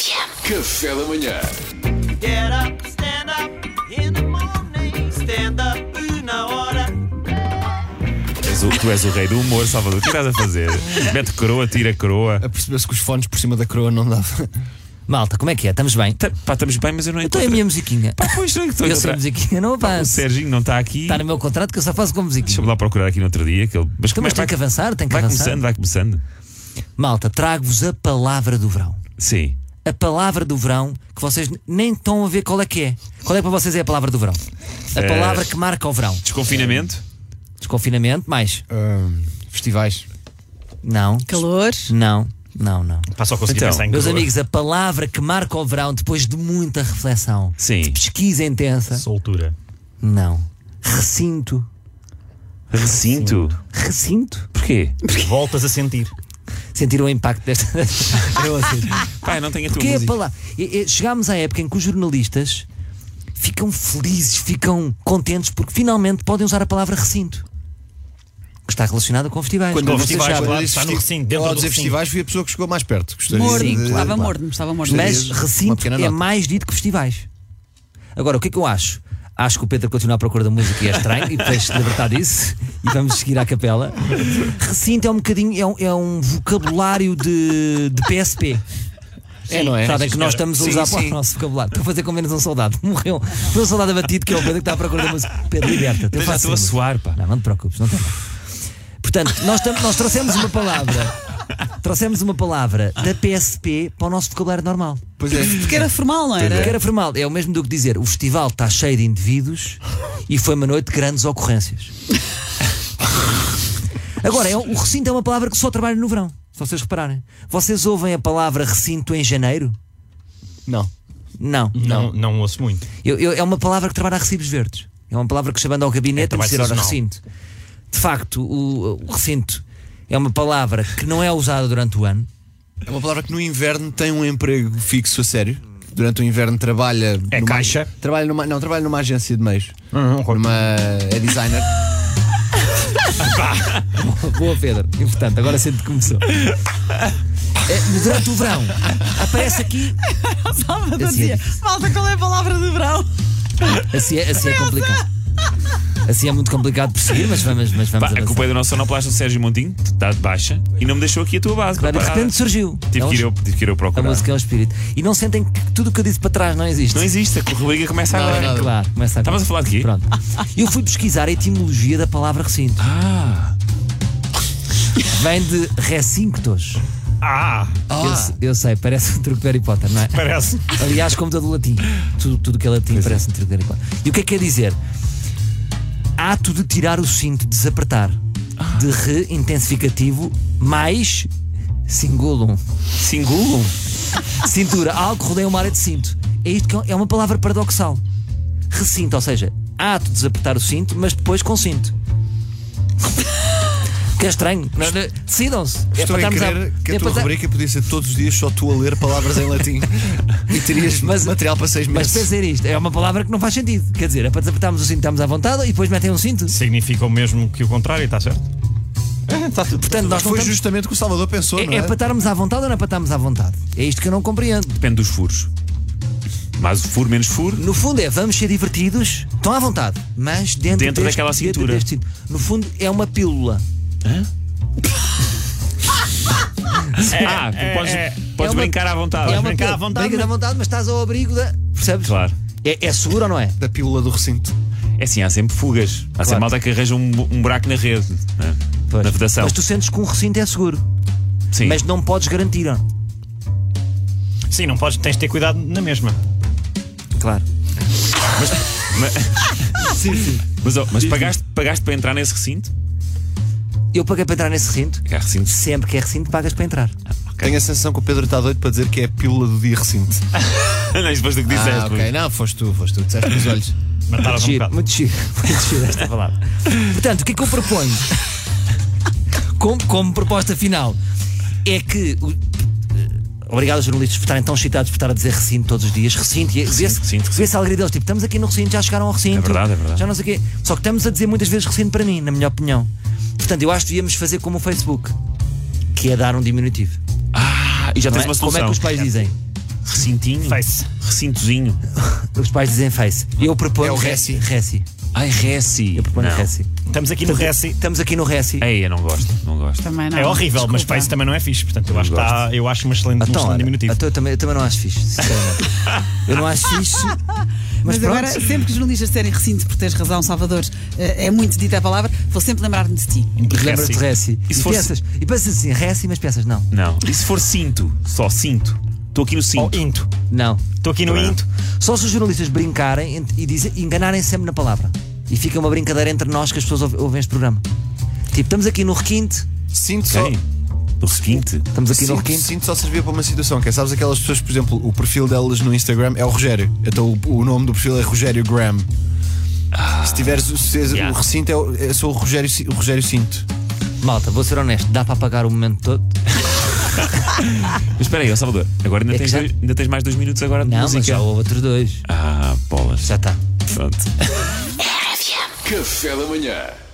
Café da manhã. Get up, stand up in the morning. Stand up na hora. Tu és o, tu és o rei do humor, Salvador. O que estás a fazer? Mete coroa, tira coroa. Percebeu-se que os fones por cima da coroa não dava. Malta, como é que é? Estamos bem? Tá- Pá, estamos bem, mas eu não Então é a minha musiquinha. Pá, pois não estou a Eu sei encontrar. a musiquinha, não O avanço. Serginho não está aqui. Está no meu contrato que Tá, eu só faço com musiquinha. Deixa-me lá procurar aqui no outro dia. Que ele... Mas Então, como é mas que vai- tem que avançar, tem que Vai avançar. começando, vai começando. Malta, trago-vos a palavra do verão. Sim. A palavra do verão que vocês nem estão a ver qual é que é. Qual é que para vocês é a palavra do verão? A É. palavra que marca o verão. Desconfinamento. Desconfinamento, mais? Hum, festivais. Não. Calor. Não. Não, não. Pá, só consegui Então, pensar em Meus calor. amigos, a palavra que marca o verão depois de muita reflexão, Sim. de pesquisa intensa. Soltura. Não. Recinto. Recinto. Recinto? Porquê? Voltas a sentir. Sentiram o impacto desta. Eu aceito. Pá, não tenho a tua Porque é a música. palavra. e- e- Chegámos à época em que os jornalistas ficam felizes, ficam contentes porque finalmente podem usar a palavra recinto. Que está relacionada com festivais. Quando Com vocês festivais. festivais, sabem, claro, eu está no disse- recinto, dentro eu ao do dizer recinto. festivais fui a pessoa que chegou mais perto. Gostaria Morno. de- Estava claro. morno, estava morno. Mas uma recinto pequena é nota. mais dito que festivais. Agora, o que é que eu acho? Acho que o Pedro continua à procura da música e é estranho, e depois de libertar disso, e vamos seguir à capela. Recinto é um bocadinho, é um, é um vocabulário de, de PSP. É, não é? Sabem que nós estamos a Sim, usar sim. para o nosso vocabulário. Estou a fazer com menos um soldado. Morreu. Foi um soldado abatido que é o Pedro que está à procura da música. Pedro, liberta-te. eu Eu já faço estou a sempre. suar, pá. Não, não te preocupes, não tem mal. Portanto, nós, tam- nós trouxemos uma palavra. Trouxemos uma palavra da PSP para o nosso vocabulário normal. Pois é. Porque era formal, não Porque era? era formal. É o mesmo do que dizer o festival está cheio de indivíduos e foi uma noite de grandes ocorrências. Agora, é, um- o recinto é uma palavra que só trabalha no verão, se vocês repararem. Vocês ouvem a palavra recinto em janeiro? Não. Não. Não, não ouço muito. Eu- eu- é uma palavra que trabalha a recibos verdes. É uma palavra que chamando ao gabinete É é, dizer, ora, trabalho recinto. De facto, o, o recinto é uma palavra que não é usada durante o ano. É uma palavra que no inverno tem um emprego fixo a sério. Durante o inverno trabalha. É caixa? Trabalha numa, não, trabalha numa agência de meios. Numa, é designer. Boa, Pedro. E, portanto, agora sente que começou. É, durante o verão, aparece aqui. Salva Assim é dizia. Malta, qual é a palavra do verão? Assim é, assim é complicado. Assim é muito complicado perseguir, mas vamos, mas Pá, vamos a avançar. culpa é do nosso sonoplasta Sérgio Montinho, que está de baixa, e não me deixou aqui a tua base. Claro, de preparada. repente surgiu. é Tive É que ir um- eu, tive que ir eu A procurar. música é um espírito. E não sentem que tudo o que eu disse para trás não existe. Não existe, a rubrica começa agora. É Claro, começa a Estavas a falar de quê? Pronto. Eu fui pesquisar a etimologia da palavra recinto. Ah. Vem de recintos. Ah, Eu, se- eu sei, parece um truque do Harry Potter, não é? parece. Aliás, como todo latim. Tudo, tudo que é latim parece um truque do Harry Potter. E o que é que quer dizer? Ato de tirar o cinto, desapertar. De re intensificativo mais singulum. Singulo? Cintura, algo que rodeia uma área de cinto. É isto que é- é uma palavra paradoxal. Recinto, ou seja, ato de desapertar o cinto, mas depois com cinto. Que é estranho. Não, não, Decidam-se. É Estou para a estarmos crer que é a tua para estar- rubrica podia ser todos os dias só tu a ler palavras em latim. e terias Mas- material para seis Mas meses. pensem isto, é uma palavra que não faz sentido. Quer dizer, é para desapertarmos o cinto, estamos à vontade e depois metem um cinto. Significa o mesmo que o contrário, está certo? Portanto, nós não Foi estamos- justamente o que o Salvador pensou, não é, é? é para estarmos à vontade ou não é para estarmos à vontade? É isto que eu não compreendo. Depende dos furos. Mais furo, menos furo. No fundo é vamos ser divertidos, estão à vontade, mas dentro, Dentro deste- daquela dentro cintura. deste cinto. no fundo é uma pílula. ah, tu podes, podes é uma- brincar à vontade. é uma brincar pílula. à vontade, Brincas à mas- vontade, mas estás ao abrigo da. Percebes? Claro. É, é seguro ou não é? Da pílula do recinto. É assim, há sempre fugas. Há sempre malta que arranja um, um buraco na rede, né? na vedação. Mas tu sentes que um recinto é seguro, Sim. mas não podes garantir. ó. Sim, não podes, tens de ter cuidado na mesma. Claro. Mas, mas, oh, mas pagaste, pagaste para entrar nesse recinto? Eu paguei para entrar nesse recinto, É recinto. sempre que é recinto, pagas para entrar. Tenho a sensação que o Pedro está doido para dizer que é a pílula do dia recinto. não, isso depois do que disseste. Ah, ok. Não, foste tu, foste tu. Disseste nos olhos. Mataram um Giro, bocado. muito giro, muito giro esta palavra. Portanto, o que é que eu proponho? Como, como proposta final, é que. o- Obrigado aos jornalistas por estarem tão excitados por estar a dizer recinto todos os dias. Recinto, e é, vê-se recinto, vê-se a alegria deles. Tipo, estamos aqui no recinto, já chegaram ao recinto. É verdade, é verdade. Já não sei o quê. Só que estamos a dizer muitas vezes recinto para mim, na minha opinião. Portanto, eu acho que devíamos fazer como o Facebook, que é dar um diminutivo. Ah, e já não tens é? uma Como é solução. que os pais dizem? Recintinho. Face. Recintozinho. Os pais dizem face. Eu proponho. É o re- Reci. Reci. Ai, Reci. Eu proponho Não. Reci. Estamos aqui no Reci. Estamos aqui no Reci. Ei, eu não gosto, não gosto. Também não. É horrível, mas Desculpa. face também não é fixe. Portanto, eu acho que está. Eu acho um excelente, um Então, excelente olha, diminutivo. então eu, também, eu também não acho fixe, sinceramente. eu não acho fixe, mas, Mas pronto. agora, sempre que os jornalistas disserem recinto, porque tens razão, Salvador, eh, é muito dita a palavra, vou sempre lembrar-me de ti. Lembra-te de Reci. E E, se fosse- pensas, e pensas assim, Reci, mas pensas, não, Não. E se for cinto? Só cinto. Estou aqui no Ou cinto. Oh, então, into. não. Estou aqui no Também não. into. Só se os jornalistas brincarem ent- e dizem, enganarem sempre na palavra. E fica uma brincadeira entre nós que as pessoas ouve- ouvem este programa. Tipo, estamos aqui no requinte, Sinto só. Quem? O seguinte. estamos aqui no Sinto, requinte. sinto só servia para uma situação, que é, sabes aquelas pessoas, por exemplo, o perfil delas no Instagram é o Rogério. Então o, o nome do perfil é Rogério Graham. Ah, se tiveres o, se, yeah. o recinto, é, o- é só o Rogério, Ci- o Rogério Cinto. Malta, vou ser honesto, dá para apagar o momento todo? Mas espera aí, ó Salvador. Agora ainda, É que tens, já- ainda tens mais dois minutos agora de Não, mas música. já houve outros dois. Ah, bolas. Já está. Pronto. Café da manhã.